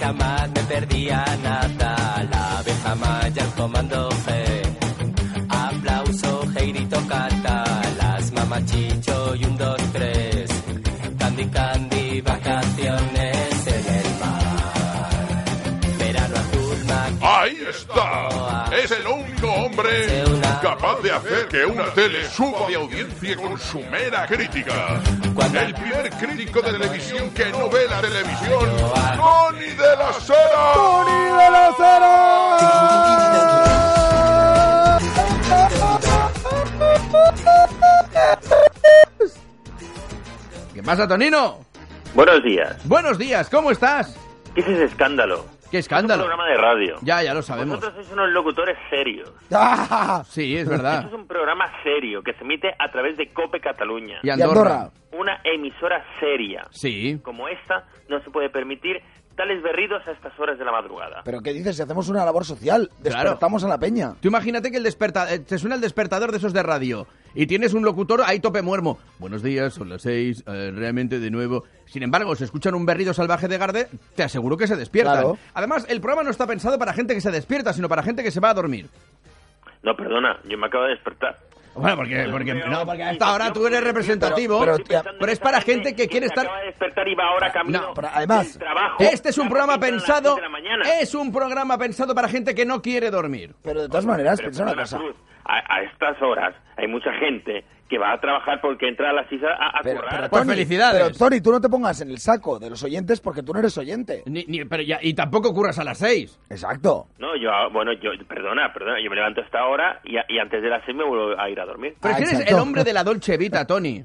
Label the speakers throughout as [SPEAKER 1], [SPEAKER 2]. [SPEAKER 1] jamás me perdía nada. La abeja maya al comando G. Aplauso, Heirito Cata. Las mamachicho y un, dos, tres. Candy, candy, vacaciones en el mar. Verano azul, maquillaje.
[SPEAKER 2] Ahí está. Es el único hombre capaz de hacer que una tele suba de audiencia con su mera crítica. El primer crítico de televisión que no ve la televisión, Tony de la Sera. Tony de la
[SPEAKER 3] ¿Qué pasa, Tonino?
[SPEAKER 4] Buenos días.
[SPEAKER 3] Buenos días, ¿cómo estás?
[SPEAKER 4] ¿Qué es ese escándalo?
[SPEAKER 3] ¡Qué
[SPEAKER 4] Es un
[SPEAKER 3] escándalo!
[SPEAKER 4] programa de radio.
[SPEAKER 3] Ya, ya lo sabemos.
[SPEAKER 4] Vosotros sois unos locutores serios.
[SPEAKER 3] ¡Ah! Sí, es
[SPEAKER 4] Esto
[SPEAKER 3] verdad.
[SPEAKER 4] es un programa serio que se emite a través de Cope Cataluña.
[SPEAKER 3] Y Andorra.
[SPEAKER 4] Una emisora seria.
[SPEAKER 3] Sí.
[SPEAKER 4] Como esta no se puede permitir tales berridos a estas horas de la madrugada.
[SPEAKER 5] Pero ¿qué dices? Si hacemos una labor social, despertamos a la peña.
[SPEAKER 3] Tú imagínate que el desperta eh, te suena el despertador de esos de radio y tienes un locutor ahí tope muermo. Buenos días, son las seis, eh, realmente de nuevo. Sin embargo, si escuchan un berrido salvaje de Garde, te aseguro que se despiertan.
[SPEAKER 5] Claro.
[SPEAKER 3] Además, el programa no está pensado para gente que se despierta, sino para gente que se va a dormir.
[SPEAKER 4] No, perdona, yo me acabo de despertar.
[SPEAKER 3] Bueno, porque, porque,
[SPEAKER 4] Pero-
[SPEAKER 3] no, porque hasta ahora tú eres representativo.
[SPEAKER 5] Pero-
[SPEAKER 4] Estoy pensando
[SPEAKER 3] pero
[SPEAKER 4] en
[SPEAKER 3] es
[SPEAKER 4] esa
[SPEAKER 3] para gente que quiere
[SPEAKER 4] se
[SPEAKER 3] estar- Ah,
[SPEAKER 4] Acaba de despertar y va ahora camino.
[SPEAKER 3] No,
[SPEAKER 5] pero además,
[SPEAKER 4] del trabajo.
[SPEAKER 3] Este es un
[SPEAKER 4] Las
[SPEAKER 3] programa
[SPEAKER 4] seis de la-
[SPEAKER 3] pensado.
[SPEAKER 4] de la mañana.
[SPEAKER 3] Es un programa pensado para gente que no quiere dormir.
[SPEAKER 5] Pero de todas maneras,
[SPEAKER 4] Pero
[SPEAKER 5] piensa una
[SPEAKER 4] perdona,
[SPEAKER 5] cosa.
[SPEAKER 4] Cruz, A, a estas horas hay mucha gente que va a trabajar porque entra a las islas a, a
[SPEAKER 5] Pero,
[SPEAKER 4] currar.
[SPEAKER 5] pero,
[SPEAKER 3] Pues
[SPEAKER 5] Tony,
[SPEAKER 3] felicidades.
[SPEAKER 5] Pero, Tony, tú no te pongas en el saco de los oyentes porque tú no eres oyente.
[SPEAKER 3] Ni- ni- pero ya- y tampoco curras a las seis.
[SPEAKER 5] Exacto.
[SPEAKER 4] No, yo, ah, bueno, yo, perdona, perdona, yo me levanto a esta hora y, a- y antes de las seis me vuelvo a ir a dormir.
[SPEAKER 3] Pero
[SPEAKER 5] Ah,
[SPEAKER 3] si eres
[SPEAKER 5] exacto.
[SPEAKER 3] el hombre de la Dolce Vita, Tony.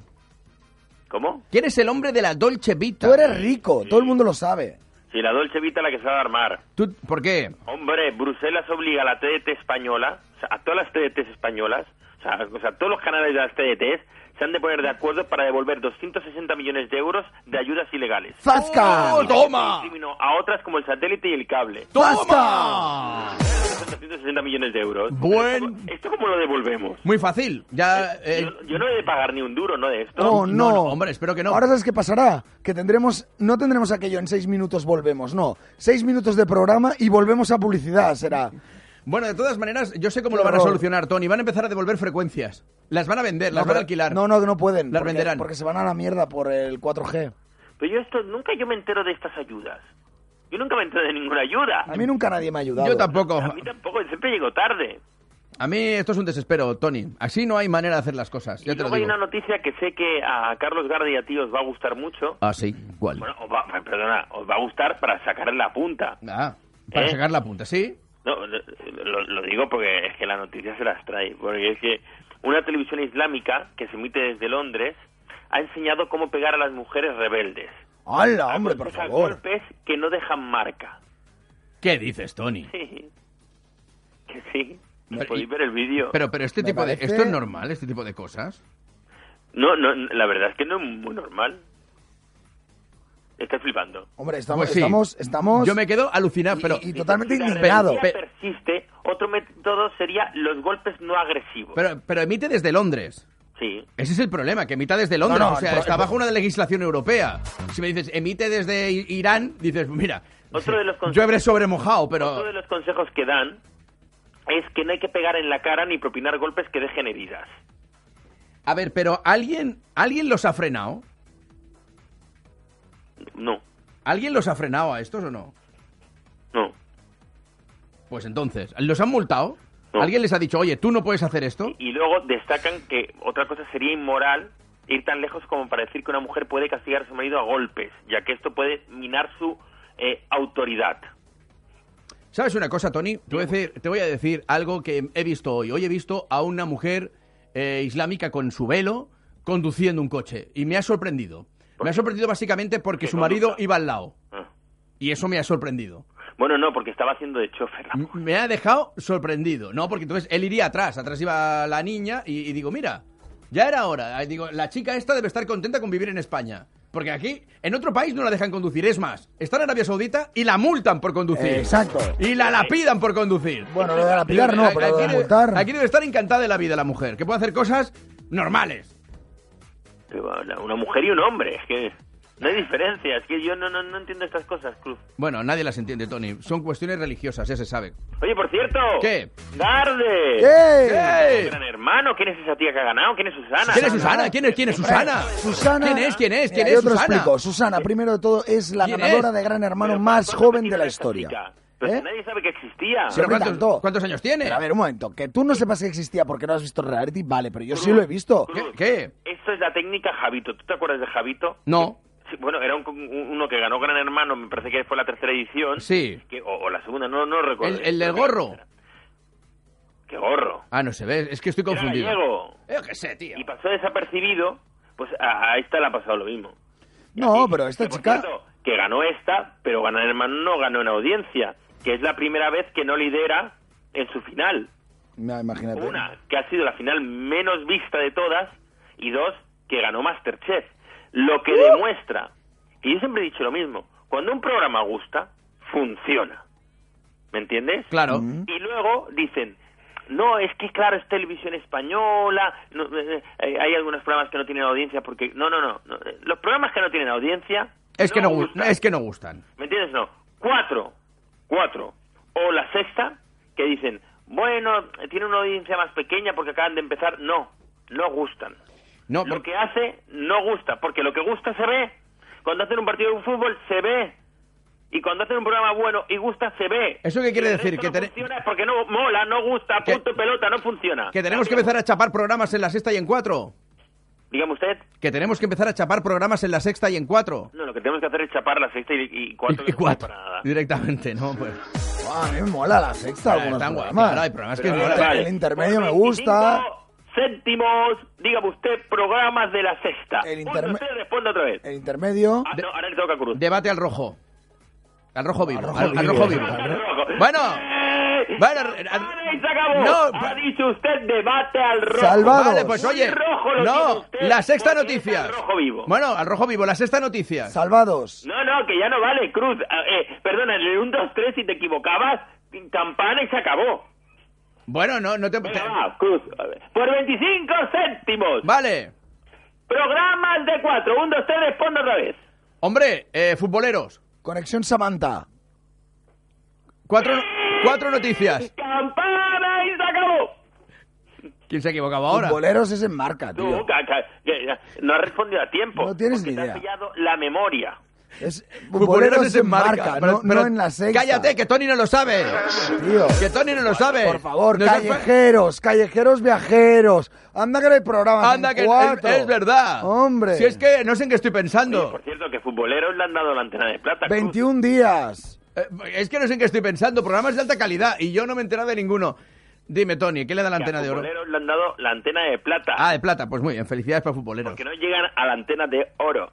[SPEAKER 4] ¿Cómo?
[SPEAKER 3] ¿Quién es el hombre de la Dolce Vita?
[SPEAKER 5] Tú eres rico, todo el mundo lo sabe.
[SPEAKER 4] Si la Dolce Vita es la que se va a armar.
[SPEAKER 3] ¿Tú- ¿Por qué?
[SPEAKER 4] Hombre, Bruselas obliga a la TDT española, o sea, a todas las TDTs españolas, o sea, o sea, todos los canales de las TDTs se han de poner de acuerdo para devolver 260 millones de euros de ayudas ilegales.
[SPEAKER 5] ¡Zasca!
[SPEAKER 3] ¡Oh, toma!
[SPEAKER 4] Discriminó A otras como el satélite y el cable.
[SPEAKER 3] ¡Toma!
[SPEAKER 4] Son 260 millones de euros.
[SPEAKER 3] Buen-
[SPEAKER 4] ¿Esto, ¿Esto cómo lo devolvemos?
[SPEAKER 3] Muy fácil. Ya. eh,
[SPEAKER 4] Yo, yo no he de pagar ni un duro, ¿no? De esto.
[SPEAKER 5] Oh, no.
[SPEAKER 3] no, no, hombre, espero que no.
[SPEAKER 5] Ahora sabes qué pasará, que tendremos, no tendremos aquello en seis minutos volvemos, no, seis minutos de programa y volvemos a publicidad, será.
[SPEAKER 3] Bueno, de todas maneras, yo sé cómo lo
[SPEAKER 5] Qué
[SPEAKER 3] van a
[SPEAKER 5] horror.
[SPEAKER 3] solucionar, Tony. Van a empezar a devolver frecuencias. Las van a vender, las
[SPEAKER 5] No,
[SPEAKER 3] van
[SPEAKER 5] pero-
[SPEAKER 3] a alquilar.
[SPEAKER 5] No, no, que no pueden.
[SPEAKER 3] Las
[SPEAKER 5] porque-
[SPEAKER 3] venderán.
[SPEAKER 5] Porque se van a la mierda por el 4G.
[SPEAKER 4] Pero yo esto, nunca yo me entero de estas ayudas. Yo nunca me entero de ninguna ayuda.
[SPEAKER 5] A mí nunca nadie me ha ayudado. ¿eh?
[SPEAKER 3] Yo tampoco.
[SPEAKER 4] A mí tampoco, siempre llego tarde.
[SPEAKER 3] A mí esto es un desespero, Tony. Así no hay manera de hacer las cosas. Ya
[SPEAKER 4] y
[SPEAKER 3] te lo
[SPEAKER 4] luego hay
[SPEAKER 3] digo.
[SPEAKER 4] una noticia que sé que a Carlos Garde y a ti os va a gustar mucho.
[SPEAKER 3] Ah, sí. ¿Cuál?
[SPEAKER 4] Bueno, os va, perdona, os va a gustar para sacar la punta.
[SPEAKER 3] Ah, para
[SPEAKER 4] ¿Eh?
[SPEAKER 3] sacar la punta, ¿sí?
[SPEAKER 4] No, lo, lo- lo digo porque es que la noticia se las trae. Porque es que una televisión islámica que se emite desde Londres ha enseñado cómo pegar a las mujeres rebeldes.
[SPEAKER 3] Pues
[SPEAKER 5] ¡Hala, hombre, por
[SPEAKER 4] Golpes a
[SPEAKER 5] favor!
[SPEAKER 4] golpes que no dejan marca.
[SPEAKER 3] ¿Qué dices, Tony?
[SPEAKER 4] Sí. Que sí. Que
[SPEAKER 3] Pero-
[SPEAKER 4] podéis
[SPEAKER 3] y-
[SPEAKER 4] ver el vídeo.
[SPEAKER 3] Pero, pero este
[SPEAKER 5] Me
[SPEAKER 3] tipo de...
[SPEAKER 5] parece-
[SPEAKER 3] ¿Esto es normal, este tipo de cosas?
[SPEAKER 4] No, no, la verdad es que no es muy normal. Estoy flipando.
[SPEAKER 5] Hombre, estamos,
[SPEAKER 3] Pues sí.
[SPEAKER 5] estamos, estamos...
[SPEAKER 3] Yo me quedo alucinado,
[SPEAKER 5] y-
[SPEAKER 3] pero...
[SPEAKER 5] y totalmente
[SPEAKER 4] Si la
[SPEAKER 5] indignado.
[SPEAKER 4] rebeldía persiste, otro método sería los golpes no agresivos.
[SPEAKER 3] Pero, pero emite desde Londres.
[SPEAKER 4] Sí.
[SPEAKER 3] Ese es el problema, que emita desde Londres.
[SPEAKER 5] No, no,
[SPEAKER 3] o sea,
[SPEAKER 5] el pro-
[SPEAKER 3] está
[SPEAKER 5] el pro-
[SPEAKER 3] bajo una legislación europea. Si me dices, emite desde I- Irán, dices, mira,
[SPEAKER 4] Otro de los consejos-
[SPEAKER 3] yo habré sobremojado,
[SPEAKER 4] Otro de
[SPEAKER 3] pero...
[SPEAKER 4] los consejos que dan es que no hay que pegar en la cara ni propinar golpes que dejen heridas.
[SPEAKER 3] A ver, pero alguien, alguien los ha frenado.
[SPEAKER 4] No,
[SPEAKER 3] ¿Alguien los ha frenado a estos o no?
[SPEAKER 4] no.
[SPEAKER 3] Pues entonces, ¿los han multado?
[SPEAKER 4] No.
[SPEAKER 3] ¿Alguien les ha dicho, oye, tú no puedes hacer esto?
[SPEAKER 4] Y luego destacan que otra cosa sería inmoral ir tan lejos como para decir que una mujer puede castigar a su marido a golpes, ya que esto puede minar su eh, autoridad.
[SPEAKER 3] ¿Sabes una cosa, Tony? Te voy, a decir, te voy a decir algo que he visto hoy. Hoy he visto a una mujer eh, islámica con su velo conduciendo un coche y me ha sorprendido. Me ha sorprendido básicamente porque
[SPEAKER 4] ¿Qué
[SPEAKER 3] su marido
[SPEAKER 4] conducta?
[SPEAKER 3] iba al lado
[SPEAKER 4] Ah.
[SPEAKER 3] y eso me ha sorprendido.
[SPEAKER 4] Bueno, no, porque estaba haciendo de chofer. la
[SPEAKER 5] Mm.
[SPEAKER 3] M- Me ha dejado sorprendido, ¿no? Porque entonces él iría atrás, atrás iba la niña y, y digo, mira, ya era hora. Y digo, la chica esta debe estar contenta con vivir en España. Porque aquí, en otro país no la dejan conducir, es más, está en Arabia Saudita y la multan por conducir.
[SPEAKER 5] Exacto.
[SPEAKER 3] Y la lapidan por conducir.
[SPEAKER 5] Bueno, lo de la Pilar no,
[SPEAKER 3] eh, Aquí
[SPEAKER 5] pero lo de
[SPEAKER 3] debe-
[SPEAKER 5] multar...
[SPEAKER 3] Aquí debe estar encantada de la vida la mujer, que puede hacer cosas normales.
[SPEAKER 4] Pero, bueno, Una mujer y un hombre, es que... No hay diferencia, es que yo no, no, no entiendo estas cosas, Cruz.
[SPEAKER 3] Bueno, nadie las entiende, Tony. Son cuestiones religiosas, ya se sabe.
[SPEAKER 4] Oye, por cierto.
[SPEAKER 3] ¿Qué?
[SPEAKER 4] ¡Garde!
[SPEAKER 5] ¡Eh!
[SPEAKER 4] Gran hermano, ¿quién es esa tía que ha ganado? ¿Quién es Susana?
[SPEAKER 3] ¿Quién es Susana? ¿Quién es, quién es Susana?
[SPEAKER 5] Susana.
[SPEAKER 3] ¿Quién es? ¿Quién es? ¿Quién
[SPEAKER 5] Mira,
[SPEAKER 3] es
[SPEAKER 5] yo te lo
[SPEAKER 3] Susana? Eh,
[SPEAKER 5] explico. Susana, primero de todo, es la
[SPEAKER 3] ¿Quién
[SPEAKER 5] ganadora
[SPEAKER 3] es?
[SPEAKER 5] de Gran Hermano
[SPEAKER 4] Pero,
[SPEAKER 5] más
[SPEAKER 4] ¿cuánto
[SPEAKER 5] joven de
[SPEAKER 4] tiene
[SPEAKER 5] la
[SPEAKER 4] esta
[SPEAKER 5] historia.
[SPEAKER 4] chica? Pero
[SPEAKER 5] ¿Eh?
[SPEAKER 4] si nadie sabe que existía.
[SPEAKER 5] Sí,
[SPEAKER 3] ¿Pero
[SPEAKER 5] Hombre,
[SPEAKER 3] cuántos,
[SPEAKER 5] tanto.
[SPEAKER 3] cuántos años tiene?
[SPEAKER 5] Pero a ver, un momento, que tú no sepas que existía porque no has visto reality, vale, pero yo sí lo he visto.
[SPEAKER 3] ¿Qué? qué?
[SPEAKER 4] Esto es la técnica Javito. ¿Tú te acuerdas de Javito?
[SPEAKER 3] No.
[SPEAKER 4] Sí, bueno, era un, un- uno que ganó Gran Hermano, me parece que fue la tercera edición.
[SPEAKER 3] Sí.
[SPEAKER 4] Que- o, o la segunda, no, no recuerdo.
[SPEAKER 3] El, el del gorro.
[SPEAKER 4] ¡Qué gorro!
[SPEAKER 3] Ah, no se ve, es que estoy
[SPEAKER 4] Era
[SPEAKER 3] confundido.
[SPEAKER 4] gallego.
[SPEAKER 3] Yo qué sé, tío.
[SPEAKER 4] Y pasó desapercibido, pues a, a esta le ha pasado lo mismo. Y
[SPEAKER 5] No,
[SPEAKER 4] así,
[SPEAKER 5] pero esta
[SPEAKER 4] que, por
[SPEAKER 5] chica.
[SPEAKER 4] cierto, que ganó esta, pero Gran Hermano no ganó en audiencia, que es la primera vez que no lidera en su final.
[SPEAKER 5] Mira, imagínate.
[SPEAKER 4] Una, que ha sido la final menos vista de todas. Y dos, que ganó Masterchef. Lo que
[SPEAKER 5] ¡Uh!
[SPEAKER 4] demuestra, que yo siempre he dicho lo mismo, cuando un programa gusta, funciona. ¿Me entiendes?
[SPEAKER 3] Claro.
[SPEAKER 5] Mm.
[SPEAKER 4] Y luego dicen, no, es que claro, es televisión española, no, eh, eh, hay algunos programas que no tienen audiencia porque... No, no, no. no, eh, Los programas que no tienen audiencia...
[SPEAKER 3] Es que no, gu-
[SPEAKER 4] gustan.
[SPEAKER 3] es que no gustan.
[SPEAKER 4] ¿Me entiendes? No. Cuatro. Cuatro. O la sexta, que dicen, bueno, tiene una audiencia más pequeña porque acaban de empezar. No, no gustan.
[SPEAKER 3] No,
[SPEAKER 4] Lo
[SPEAKER 3] porque
[SPEAKER 4] que hace no gusta, porque lo que gusta se ve. Cuando hacen un partido de fútbol se ve. Y cuando hacen un programa bueno y gusta se ve.
[SPEAKER 3] ¿Eso qué quiere
[SPEAKER 4] Y el
[SPEAKER 3] decir?
[SPEAKER 4] resto
[SPEAKER 3] Que
[SPEAKER 4] no
[SPEAKER 3] tene-
[SPEAKER 4] funciona es porque no mola, no gusta,
[SPEAKER 3] Que-
[SPEAKER 4] punto y pelota, no funciona.
[SPEAKER 3] que tenemos que empezar a chapar programas en la sexta y en cuatro.
[SPEAKER 4] Dígame usted,
[SPEAKER 3] Que tenemos que empezar a chapar programas en la sexta y en cuatro.
[SPEAKER 4] no, lo que tenemos que hacer es chapar la sexta y, y cuatro.
[SPEAKER 3] y
[SPEAKER 4] que no
[SPEAKER 3] cuatro.
[SPEAKER 4] para nada.
[SPEAKER 3] Directamente, ¿no? Pues.
[SPEAKER 5] Buah, a mí me mola la sexta. algunos
[SPEAKER 3] Ah, Están guay,
[SPEAKER 5] programas.
[SPEAKER 3] claro, hay programas que
[SPEAKER 5] Pero
[SPEAKER 3] molan.
[SPEAKER 5] vale. El intermedio me gusta.
[SPEAKER 4] 25 Céntimos, dígame usted, programas de la sexta.
[SPEAKER 5] El
[SPEAKER 4] Punto,
[SPEAKER 5] interme-
[SPEAKER 4] usted responde otra vez.
[SPEAKER 5] El intermedio.
[SPEAKER 4] Ah, no, ahora le toca a Cruz.
[SPEAKER 3] Debate al rojo. Al rojo vivo. Al
[SPEAKER 5] rojo
[SPEAKER 3] al
[SPEAKER 5] vivo.
[SPEAKER 3] rojo vivo.
[SPEAKER 5] Al
[SPEAKER 3] Bueno.
[SPEAKER 4] Eh,
[SPEAKER 3] Bueno, r- al-
[SPEAKER 4] vale, y se acabó.
[SPEAKER 3] No,
[SPEAKER 4] ha
[SPEAKER 3] pa-
[SPEAKER 4] dicho usted debate al rojo.
[SPEAKER 5] Salvados.
[SPEAKER 3] Vale, pues
[SPEAKER 4] Muy
[SPEAKER 3] oye.
[SPEAKER 4] rojo lo tiene
[SPEAKER 3] No,
[SPEAKER 4] usted,
[SPEAKER 3] la sexta
[SPEAKER 4] porque es
[SPEAKER 3] noticia.
[SPEAKER 4] al rojo vivo.
[SPEAKER 3] Bueno, al rojo vivo, la sexta noticia.
[SPEAKER 5] Salvados.
[SPEAKER 4] No, no, que ya no vale, Cruz. Ah, eh, perdona, en el 1, 2, 3, si te equivocabas, campana y se acabó.
[SPEAKER 3] Bueno, no, no te.
[SPEAKER 4] Venga, va, Cruz. A ver. Por 25 céntimos.
[SPEAKER 3] Vale.
[SPEAKER 4] Programas de 4. 1, 2, 3, responde otra vez.
[SPEAKER 3] Hombre, eh, futboleros.
[SPEAKER 5] Conexión Samantha.
[SPEAKER 3] Cuatro, cuatro noticias.
[SPEAKER 4] ¡Campana y se acabó!
[SPEAKER 3] ¿Quién se ha equivocado ahora?
[SPEAKER 5] Boleros es en marca, tío.
[SPEAKER 4] Tú, ca- ca- que- ya, no has respondido a tiempo.
[SPEAKER 5] No tienes
[SPEAKER 4] porque
[SPEAKER 5] ni
[SPEAKER 4] te
[SPEAKER 5] idea.
[SPEAKER 4] has pillado la memoria.
[SPEAKER 5] Es,
[SPEAKER 3] Futboleros es en marca.
[SPEAKER 5] marca,
[SPEAKER 3] pero-
[SPEAKER 5] no,
[SPEAKER 3] pero-
[SPEAKER 5] no en la sexta.
[SPEAKER 3] Cállate, que Tony no lo sabe.
[SPEAKER 5] tío.
[SPEAKER 3] Que Tony no lo sabe.
[SPEAKER 5] Por favor,
[SPEAKER 3] Nos ha-
[SPEAKER 5] callejeros, callejeros viajeros. Anda que no hay programa.
[SPEAKER 3] Anda, que es,
[SPEAKER 5] cuatro.
[SPEAKER 3] es verdad.
[SPEAKER 5] Hombre.
[SPEAKER 3] Si es que no sé en qué estoy
[SPEAKER 4] Oye,
[SPEAKER 3] pensando.
[SPEAKER 4] por cierto, que futboleros le han dado la antena de plata. Cruz.
[SPEAKER 5] 21 días.
[SPEAKER 3] Eh, es que no sé en qué estoy pensando. Programas de alta calidad y yo no me he enterado de ninguno. Dime, Tony, ¿qué le da la
[SPEAKER 4] Que a
[SPEAKER 3] antena de oro?
[SPEAKER 4] futboleros le han dado la antena de plata.
[SPEAKER 3] Ah, de plata. Pues muy bien, felicidades para futboleros.
[SPEAKER 4] porque no llegan a la antena de oro.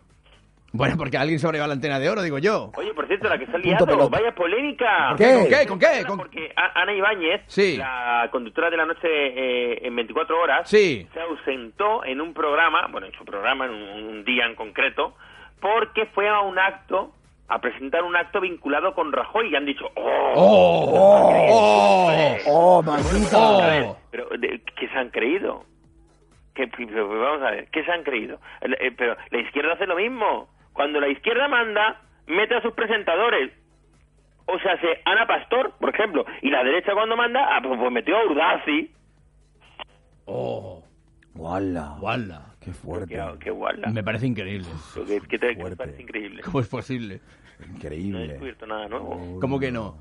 [SPEAKER 3] Bueno, porque alguien se habrá llevado la antena de oro, digo yo.
[SPEAKER 4] Oye, por cierto, la que se ha
[SPEAKER 5] Punto
[SPEAKER 4] liado.
[SPEAKER 5] pelota.
[SPEAKER 4] Vaya polémica.
[SPEAKER 5] ¿Por qué?
[SPEAKER 3] ¿Con qué? ¿Con qué? ¿Con-
[SPEAKER 4] Porque A- Ana Ibáñez,
[SPEAKER 3] Sí.
[SPEAKER 4] la conductora de la noche eh, en 24 horas,
[SPEAKER 3] Sí.
[SPEAKER 4] se ausentó en un programa, bueno, en su programa, en un, un día en concreto, porque fue a un acto, a presentar un acto vinculado con Rajoy y han dicho, ¡oh!
[SPEAKER 3] ¡Oh!
[SPEAKER 5] Oh, mamita.
[SPEAKER 3] Oh.
[SPEAKER 4] A ver, pero de- ¿qué se han creído? ¿Qué- pero vamos a ver, ¿qué se han creído? El- eh, Pero la izquierda hace lo mismo. Cuando la izquierda manda, mete a sus presentadores. O sea, se Ana Pastor, por ejemplo, y la derecha cuando manda, ah, pues pues metió a Urdazi.
[SPEAKER 3] ¡Oh!
[SPEAKER 5] Guala.
[SPEAKER 3] ¡Wala!
[SPEAKER 5] Qué fuerte.
[SPEAKER 4] Qué, qué guarda.
[SPEAKER 3] Me parece increíble.
[SPEAKER 4] Lo que, que te- que te
[SPEAKER 5] fuerte.
[SPEAKER 4] parece increíble.
[SPEAKER 3] ¿Cómo es posible?
[SPEAKER 4] No he
[SPEAKER 5] Increíble.
[SPEAKER 4] descubierto nada nuevo.
[SPEAKER 3] ¿Cómo que no?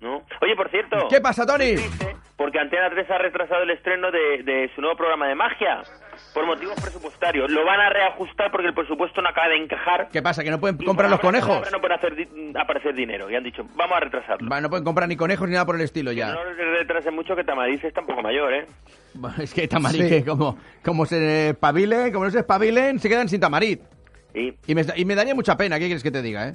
[SPEAKER 4] ¿no? Oye, por cierto, ¿eh?
[SPEAKER 3] ¿Qué pasa, Tony?
[SPEAKER 4] porque Antena 3 ha retrasado el estreno de, de su nuevo programa de magia por motivos presupuestarios. Lo van a reajustar porque el presupuesto no acaba de encajar.
[SPEAKER 3] ¿Qué pasa? ¿Que no pueden
[SPEAKER 4] Y
[SPEAKER 3] comprar
[SPEAKER 4] por
[SPEAKER 3] los
[SPEAKER 4] ahora-
[SPEAKER 3] conejos?
[SPEAKER 4] ahora No pueden hacer di- aparecer dinero. Y han dicho, vamos a retrasarlo.
[SPEAKER 3] Va, No pueden comprar ni conejos ni nada por el estilo ya.
[SPEAKER 4] No retrasen mucho que Tamariz es tampoco mayor, ¿eh?
[SPEAKER 3] Bueno, Es que Tamarit, que como, como se espabilen, como no se espabilen, se quedan sin Tamarit.
[SPEAKER 4] Y
[SPEAKER 3] Y me, y me daría mucha pena, ¿qué quieres que te diga, eh?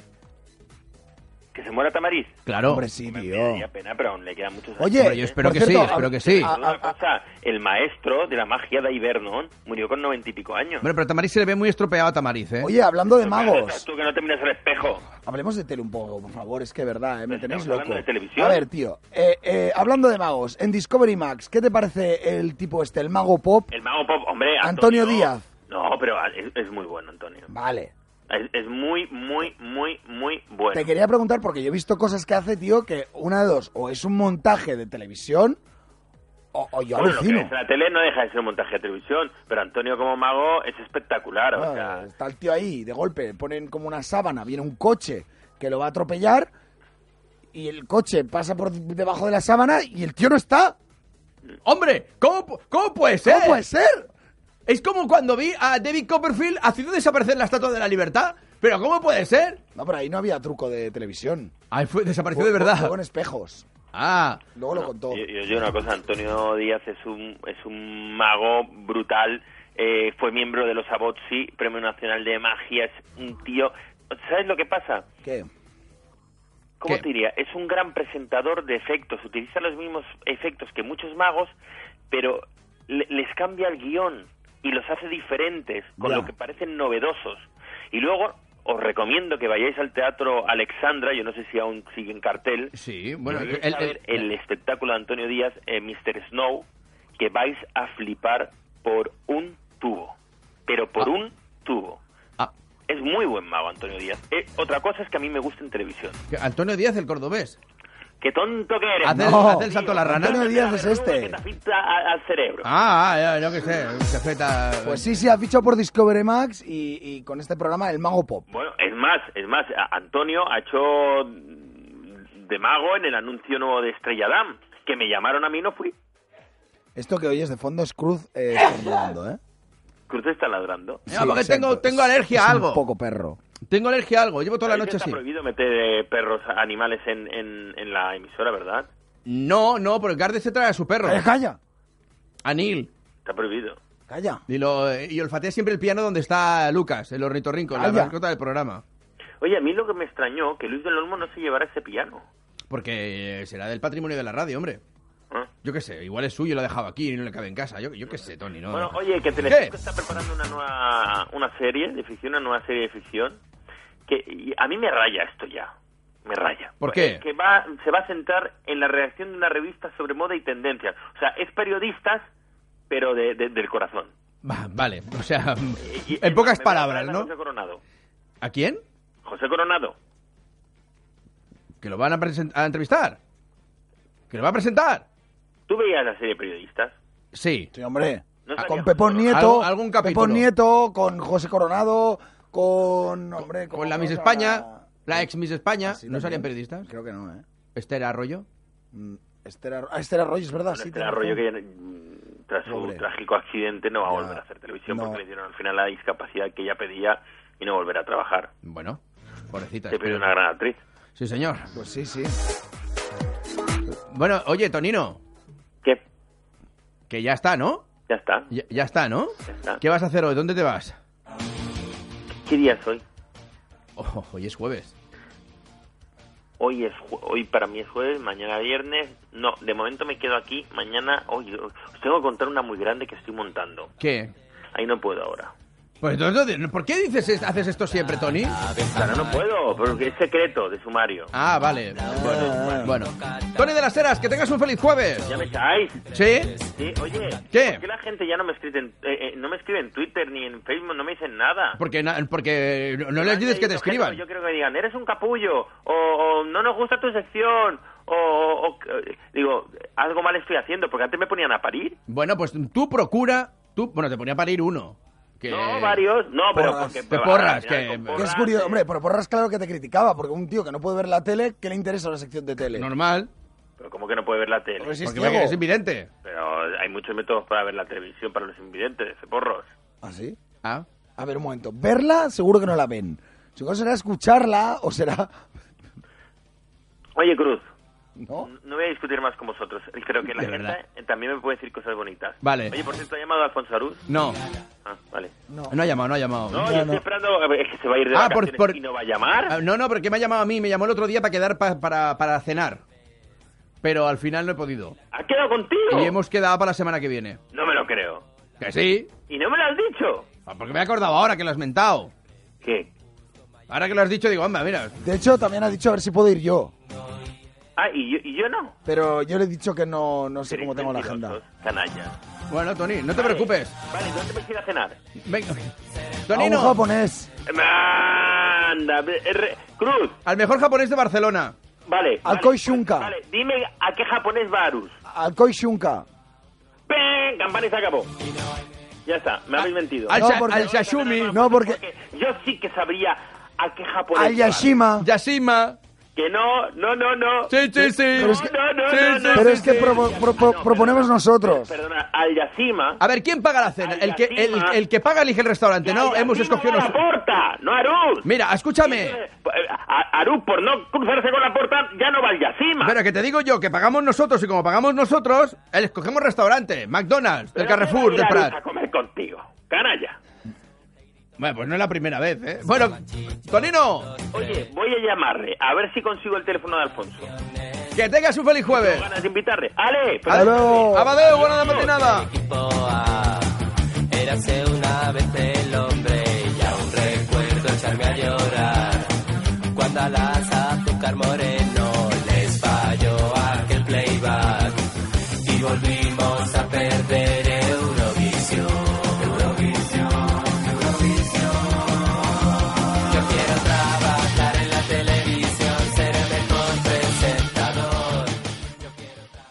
[SPEAKER 4] que se muera Tamariz.
[SPEAKER 3] Claro.
[SPEAKER 5] Hombre, sí, tío.
[SPEAKER 4] Me daría pena, pero aún le quedan muchos años.
[SPEAKER 5] Oye,
[SPEAKER 3] Hombre, yo espero
[SPEAKER 5] por
[SPEAKER 3] que
[SPEAKER 5] cierto,
[SPEAKER 3] sí, espero
[SPEAKER 5] a-
[SPEAKER 3] que sí.
[SPEAKER 5] a-
[SPEAKER 4] Pero una
[SPEAKER 5] a- a-
[SPEAKER 4] cosa, el maestro de la magia de Ibernon murió con noventa y pico años.
[SPEAKER 3] Hombre, pero a Tamariz se le ve muy estropeado a Tamariz, ¿eh?
[SPEAKER 5] oye, hablando de
[SPEAKER 4] Magos.
[SPEAKER 5] magos,
[SPEAKER 4] Tú que no te mires al espejo.
[SPEAKER 5] hablemos de tele un poco, por favor. Es que verdad, ¿eh? me
[SPEAKER 4] Pero
[SPEAKER 5] tenéis
[SPEAKER 4] estamos
[SPEAKER 5] loco.
[SPEAKER 4] hablando de televisión.
[SPEAKER 5] A ver, tío, eh, eh, hablando de magos, en Discovery Max, ¿qué te parece el tipo este, el mago pop?
[SPEAKER 4] El mago pop, hombre.
[SPEAKER 5] Antonio Díaz.
[SPEAKER 4] No, pero es, es muy bueno, Antonio.
[SPEAKER 5] Vale.
[SPEAKER 4] Es, es muy, muy, muy, muy bueno.
[SPEAKER 5] Te quería preguntar porque yo he visto cosas que hace, tío, que una de dos, o es un montaje de televisión, o, o yo
[SPEAKER 4] Bueno, lo que
[SPEAKER 5] alucino.
[SPEAKER 4] es la tele no deja de ser un montaje de televisión, pero Antonio como mago es espectacular, o
[SPEAKER 5] Ah,
[SPEAKER 4] sea,
[SPEAKER 5] está el tío ahí, de golpe, ponen como una sábana, viene un coche que lo va a atropellar y el coche pasa por debajo de la sábana y el tío no está.
[SPEAKER 3] ¡Hombre! ¿Cómo, pu- cómo puede ser?
[SPEAKER 5] ¿Cómo puede ser?
[SPEAKER 3] Es como cuando vi a David Copperfield haciendo desaparecer la Estatua de la Libertad. ¿Pero cómo puede ser?
[SPEAKER 5] No, pero ahí no había truco de televisión.
[SPEAKER 3] Ahí fue, desapareció
[SPEAKER 5] Fue-
[SPEAKER 3] de
[SPEAKER 5] fue-
[SPEAKER 3] verdad.
[SPEAKER 5] fue con espejos.
[SPEAKER 3] Ah,
[SPEAKER 5] Luego lo contó.
[SPEAKER 4] Yo, yo os digo una cosa, Antonio Díaz es un, es un mago brutal, eh, fue miembro de los Abozzi, Premio Nacional de Magia, es un tío... ¿Sabes lo que pasa?
[SPEAKER 5] ¿Qué?
[SPEAKER 4] ¿Cómo
[SPEAKER 3] ¿Qué?
[SPEAKER 4] te diría? Es un gran presentador de efectos, utiliza los mismos efectos que muchos magos, pero le- les cambia el guión y los hace diferentes, con
[SPEAKER 5] Ya.
[SPEAKER 4] lo que parecen novedosos. Y luego os recomiendo que vayáis al Teatro Alexandra, yo no sé si aún sigue en cartel,
[SPEAKER 3] sí, bueno.
[SPEAKER 4] Vayáis
[SPEAKER 3] el-
[SPEAKER 4] a
[SPEAKER 3] el-
[SPEAKER 4] ver el espectáculo de Antonio Díaz, eh, Mr. Snow, que vais a flipar por un tubo, pero por
[SPEAKER 3] Ah.
[SPEAKER 4] un tubo.
[SPEAKER 3] ah,
[SPEAKER 4] Es muy buen mago Antonio Díaz. Eh, otra cosa es que a mí me gusta en televisión.
[SPEAKER 3] que Antonio Díaz, el cordobés.
[SPEAKER 4] ¡Qué tonto que eres!
[SPEAKER 3] Haz el,
[SPEAKER 5] No.
[SPEAKER 3] haz el salto a la rana.
[SPEAKER 5] Antonio Díaz es este.
[SPEAKER 4] Que te afecta a- al cerebro.
[SPEAKER 3] Ah, ah, ya, yo qué sé. Se afecta.
[SPEAKER 5] Pues sí, sí, ha fichado por Discovery Max y, y con este programa El Mago Pop.
[SPEAKER 4] Bueno, es más, es más, a- Antonio ha hecho mm, de mago en el anuncio nuevo de Estrella Damm, que me llamaron a mí y no fui.
[SPEAKER 5] Esto que oyes de fondo es Cruz eh, estornudando, ¿eh?
[SPEAKER 4] Cruz está ladrando.
[SPEAKER 3] Venga, porque
[SPEAKER 5] exacto.
[SPEAKER 3] tengo- tengo
[SPEAKER 5] Es-
[SPEAKER 3] alergia a
[SPEAKER 5] es
[SPEAKER 3] algo.
[SPEAKER 5] Un poco perro.
[SPEAKER 3] Tengo alergia a algo. Llevo toda la
[SPEAKER 4] Ahí
[SPEAKER 3] noche
[SPEAKER 4] está
[SPEAKER 3] así.
[SPEAKER 4] prohibido meter eh, perros, animales en, en, en la emisora, ¿verdad?
[SPEAKER 3] No, no, porque Garde se trae a su perro.
[SPEAKER 5] Calla, Eh, calla,
[SPEAKER 3] A Neil.
[SPEAKER 4] Está prohibido.
[SPEAKER 5] calla.
[SPEAKER 3] Y, lo, eh, y olfatea siempre el piano donde está Lucas, el ornitorrinco, la
[SPEAKER 5] Calla.
[SPEAKER 3] mascota del programa.
[SPEAKER 4] Oye, a mí lo que me extrañó, que Luis del Olmo no se llevara ese piano.
[SPEAKER 3] Porque eh, será del patrimonio de la radio, hombre.
[SPEAKER 4] ¿eh?
[SPEAKER 3] Yo qué sé, igual es suyo, lo ha dejado aquí y no le cabe en casa. Yo, yo qué sé, Tony, ¿no?
[SPEAKER 4] Bueno, oye,
[SPEAKER 3] ¿Qué?
[SPEAKER 4] que Telecinco está preparando una nueva una serie de ficción, una nueva serie de ficción, que y a mí me raya esto ya, me raya.
[SPEAKER 3] ¿Por
[SPEAKER 4] Pues,
[SPEAKER 3] qué?
[SPEAKER 4] Que va, se va a centrar en la redacción de una revista sobre moda y tendencias. O sea, es periodistas, pero de, de- del corazón.
[SPEAKER 3] Va- vale, o sea,
[SPEAKER 4] Y- y-
[SPEAKER 3] en pocas
[SPEAKER 4] me
[SPEAKER 3] palabras,
[SPEAKER 4] recuerda a
[SPEAKER 3] ¿no?
[SPEAKER 4] José Coronado.
[SPEAKER 3] ¿A quién?
[SPEAKER 4] José Coronado.
[SPEAKER 3] ¿Que lo van a, presen- a entrevistar? ¿Que lo va a presentar?
[SPEAKER 4] ¿Tú veías la serie de periodistas?
[SPEAKER 5] Ah,
[SPEAKER 3] Sí.
[SPEAKER 5] Sí, hombre. Ah,
[SPEAKER 4] No sabía
[SPEAKER 5] con
[SPEAKER 4] José
[SPEAKER 5] Pepón
[SPEAKER 4] Coronado.
[SPEAKER 5] Nieto.
[SPEAKER 3] Algún- algún capítulo.
[SPEAKER 5] Pepón Nieto, con José Coronado, con. Hombre, ¿cómo
[SPEAKER 3] Con la
[SPEAKER 5] se
[SPEAKER 3] Miss
[SPEAKER 5] llama?
[SPEAKER 3] España, la ex Miss España,
[SPEAKER 5] Sí,
[SPEAKER 3] ¿no
[SPEAKER 5] también.
[SPEAKER 3] salían periodistas?
[SPEAKER 5] Creo que no, ¿eh?
[SPEAKER 3] ¿Esther Arroyo?
[SPEAKER 5] Mm, Esther, Arro- ah, Esther Arroyo, es verdad,
[SPEAKER 4] Bueno,
[SPEAKER 5] sí.
[SPEAKER 4] este
[SPEAKER 5] tiene
[SPEAKER 4] arroyo
[SPEAKER 5] razón.
[SPEAKER 4] que mm, tras su
[SPEAKER 5] Pobre.
[SPEAKER 4] trágico accidente no va a
[SPEAKER 5] Ya.
[SPEAKER 4] volver a hacer televisión
[SPEAKER 5] No.
[SPEAKER 4] porque le dieron al final la discapacidad que ella pedía y no volver a trabajar.
[SPEAKER 3] Bueno, pobrecita.
[SPEAKER 4] Se pierde
[SPEAKER 3] espero.
[SPEAKER 4] una gran actriz.
[SPEAKER 3] Sí, señor.
[SPEAKER 5] Pues sí, sí.
[SPEAKER 3] Bueno, oye, Tonino,
[SPEAKER 4] ¿Qué?
[SPEAKER 3] que ya está, ¿no?
[SPEAKER 4] Ya está.
[SPEAKER 3] Ya, ya está, ¿no?
[SPEAKER 4] Ya está.
[SPEAKER 3] ¿Qué vas a hacer hoy? ¿Dónde te vas?
[SPEAKER 4] ¿Qué día es hoy?
[SPEAKER 3] Oh, hoy es jueves.
[SPEAKER 4] Hoy, es, jue- hoy para mí es jueves, mañana viernes. No, de momento me quedo aquí. Mañana, hoy, os tengo que contar una muy grande que estoy montando.
[SPEAKER 3] ¿Qué?
[SPEAKER 4] Ahí no puedo ahora.
[SPEAKER 3] Pues entonces, ¿por qué dices es- haces esto siempre, Tony?
[SPEAKER 4] Ahora no puedo, porque es secreto de sumario.
[SPEAKER 3] Ah, vale. Bueno, bueno. Tony de las Heras, que tengas un feliz jueves.
[SPEAKER 4] ¿Ya me echáis?
[SPEAKER 3] ¿Sí?
[SPEAKER 4] Sí, oye,
[SPEAKER 3] ¿Qué?
[SPEAKER 4] ¿por qué la gente ya no me, escribe en, eh, eh, no me escribe en Twitter ni en Facebook? No me dicen nada.
[SPEAKER 3] Porque, na- porque no les dices que te
[SPEAKER 4] Yo creo-
[SPEAKER 3] escriban.
[SPEAKER 4] Yo creo que me digan, eres un capullo, o, o no nos gusta tu sección, o, o- o- digo, algo mal estoy haciendo, porque antes me ponían a parir.
[SPEAKER 3] Bueno, pues tú procura... Tú, bueno, te ponía a parir uno. Que...
[SPEAKER 4] No, varios, no, pero
[SPEAKER 5] Porras.
[SPEAKER 4] porque...
[SPEAKER 3] Te porras,
[SPEAKER 4] al final
[SPEAKER 3] que-
[SPEAKER 4] con
[SPEAKER 5] Que
[SPEAKER 4] porras,
[SPEAKER 5] es curioso,
[SPEAKER 4] eh,
[SPEAKER 5] hombre, por porras claro que te criticaba, porque un tío que no puede ver la tele, ¿qué le interesa la sección de tele?
[SPEAKER 3] Normal,
[SPEAKER 4] Pero como que no puede ver la tele.
[SPEAKER 5] Hombre, si es
[SPEAKER 3] porque
[SPEAKER 5] ciego.
[SPEAKER 3] es evidente.
[SPEAKER 4] Pero hay muchos métodos para ver la televisión para los invidentes, porros.
[SPEAKER 5] ¿Ah, sí?
[SPEAKER 3] Ah,
[SPEAKER 5] A ver, un momento. Verla, seguro que no la ven. Seguro será escucharla o será...
[SPEAKER 4] Oye, Cruz,
[SPEAKER 5] ¿No?
[SPEAKER 4] no voy a discutir más con vosotros. Creo que la
[SPEAKER 3] De
[SPEAKER 4] gente
[SPEAKER 3] verdad.
[SPEAKER 4] eh, también me puede decir cosas bonitas.
[SPEAKER 3] Vale.
[SPEAKER 4] Oye, por cierto, ¿ha llamado Alfonso Arús?
[SPEAKER 3] no,
[SPEAKER 4] Ah, vale.
[SPEAKER 5] No.
[SPEAKER 3] no ha llamado, no ha llamado.
[SPEAKER 4] No, yo estoy
[SPEAKER 5] no.
[SPEAKER 4] esperando... a ver, Es que se va a ir de
[SPEAKER 3] Ah, por-
[SPEAKER 4] vacaciones
[SPEAKER 3] por-
[SPEAKER 4] y no va a llamar.
[SPEAKER 3] Ah, No, no, porque me ha llamado a mí, me llamó el otro día para quedar pa- para, para cenar. Pero al final no he podido.
[SPEAKER 4] ¿Ha quedado contigo?
[SPEAKER 3] Y hemos quedado para la semana que viene.
[SPEAKER 4] No me lo creo.
[SPEAKER 3] Que sí.
[SPEAKER 4] ¿Y no me lo has dicho?
[SPEAKER 3] Ah, Porque me he acordado ahora que lo has mentado.
[SPEAKER 4] ¿Qué?
[SPEAKER 3] Ahora que lo has dicho, digo, hombre, mira.
[SPEAKER 5] De hecho, también ha dicho a ver si puedo ir yo.
[SPEAKER 4] Ah, y yo, y yo no.
[SPEAKER 5] Pero yo le he dicho que no, no sé cómo tengo la agenda.
[SPEAKER 4] Canalla.
[SPEAKER 3] Bueno, Tony, no te preocupes.
[SPEAKER 4] Vale, ¿dónde me ir a cenar? Eh,
[SPEAKER 3] Venga.
[SPEAKER 5] A
[SPEAKER 3] Tonino.
[SPEAKER 5] un japonés.
[SPEAKER 4] Anda, R- Cruz,
[SPEAKER 3] Al mejor japonés de Barcelona.
[SPEAKER 4] vale.
[SPEAKER 5] Al
[SPEAKER 4] vale,
[SPEAKER 5] Koi Shunka.
[SPEAKER 4] Vale, dime a qué japonés va Arus.
[SPEAKER 5] Al Koi Shunka.
[SPEAKER 4] ¡Ping! Campana y se acabó. Ya está, me habéis mentido.
[SPEAKER 3] Al,
[SPEAKER 5] No,
[SPEAKER 3] Sha-
[SPEAKER 5] porque-
[SPEAKER 3] al Shashumi.
[SPEAKER 5] No, porque
[SPEAKER 4] Yo sí que sabría a qué japonés
[SPEAKER 5] al
[SPEAKER 4] va.
[SPEAKER 5] Yashima.
[SPEAKER 3] Yashima.
[SPEAKER 4] Que no, no, no, no.
[SPEAKER 3] Sí, sí, sí.
[SPEAKER 4] No,
[SPEAKER 5] es que-
[SPEAKER 4] no, no,
[SPEAKER 3] sí,
[SPEAKER 4] no,
[SPEAKER 3] sí,
[SPEAKER 4] no.
[SPEAKER 5] Pero es que
[SPEAKER 3] sí.
[SPEAKER 5] propo- propo-
[SPEAKER 4] Ah, no,
[SPEAKER 5] proponemos
[SPEAKER 4] perdona.
[SPEAKER 5] nosotros.
[SPEAKER 4] Perdona, al Yashima.
[SPEAKER 3] A ver, ¿quién paga la cena?
[SPEAKER 4] Al
[SPEAKER 3] El que, el,
[SPEAKER 4] Yashima.
[SPEAKER 3] el Ah, que paga elige el restaurante, ¿no?
[SPEAKER 4] Al
[SPEAKER 3] Hemos
[SPEAKER 4] Yashima
[SPEAKER 3] escogido
[SPEAKER 4] va a
[SPEAKER 3] los...
[SPEAKER 4] la porta, no a Arus.
[SPEAKER 3] Mira, escúchame.
[SPEAKER 4] Eh, a- Arus, por no cruzarse con la puerta, ya no va al Yashima.
[SPEAKER 3] Pero que te digo yo, que pagamos nosotros y como pagamos nosotros, eh, escogemos restaurante, McDonald's, del Carrefour,
[SPEAKER 4] de
[SPEAKER 3] del
[SPEAKER 4] A
[SPEAKER 3] Prat.
[SPEAKER 4] comer contigo, canalla.
[SPEAKER 3] Bueno, pues no es la primera vez, ¿eh? Bueno, Tonino,
[SPEAKER 1] Eh.
[SPEAKER 4] Oye, voy a llamarle, a ver si consigo el teléfono de Alfonso.
[SPEAKER 3] que tengas un feliz jueves.
[SPEAKER 4] Ganas de invitarle. ¡Ale!
[SPEAKER 5] Hasta luego.
[SPEAKER 3] Abadeo, buena matinada.
[SPEAKER 1] equipo A. Érase una vez el hombre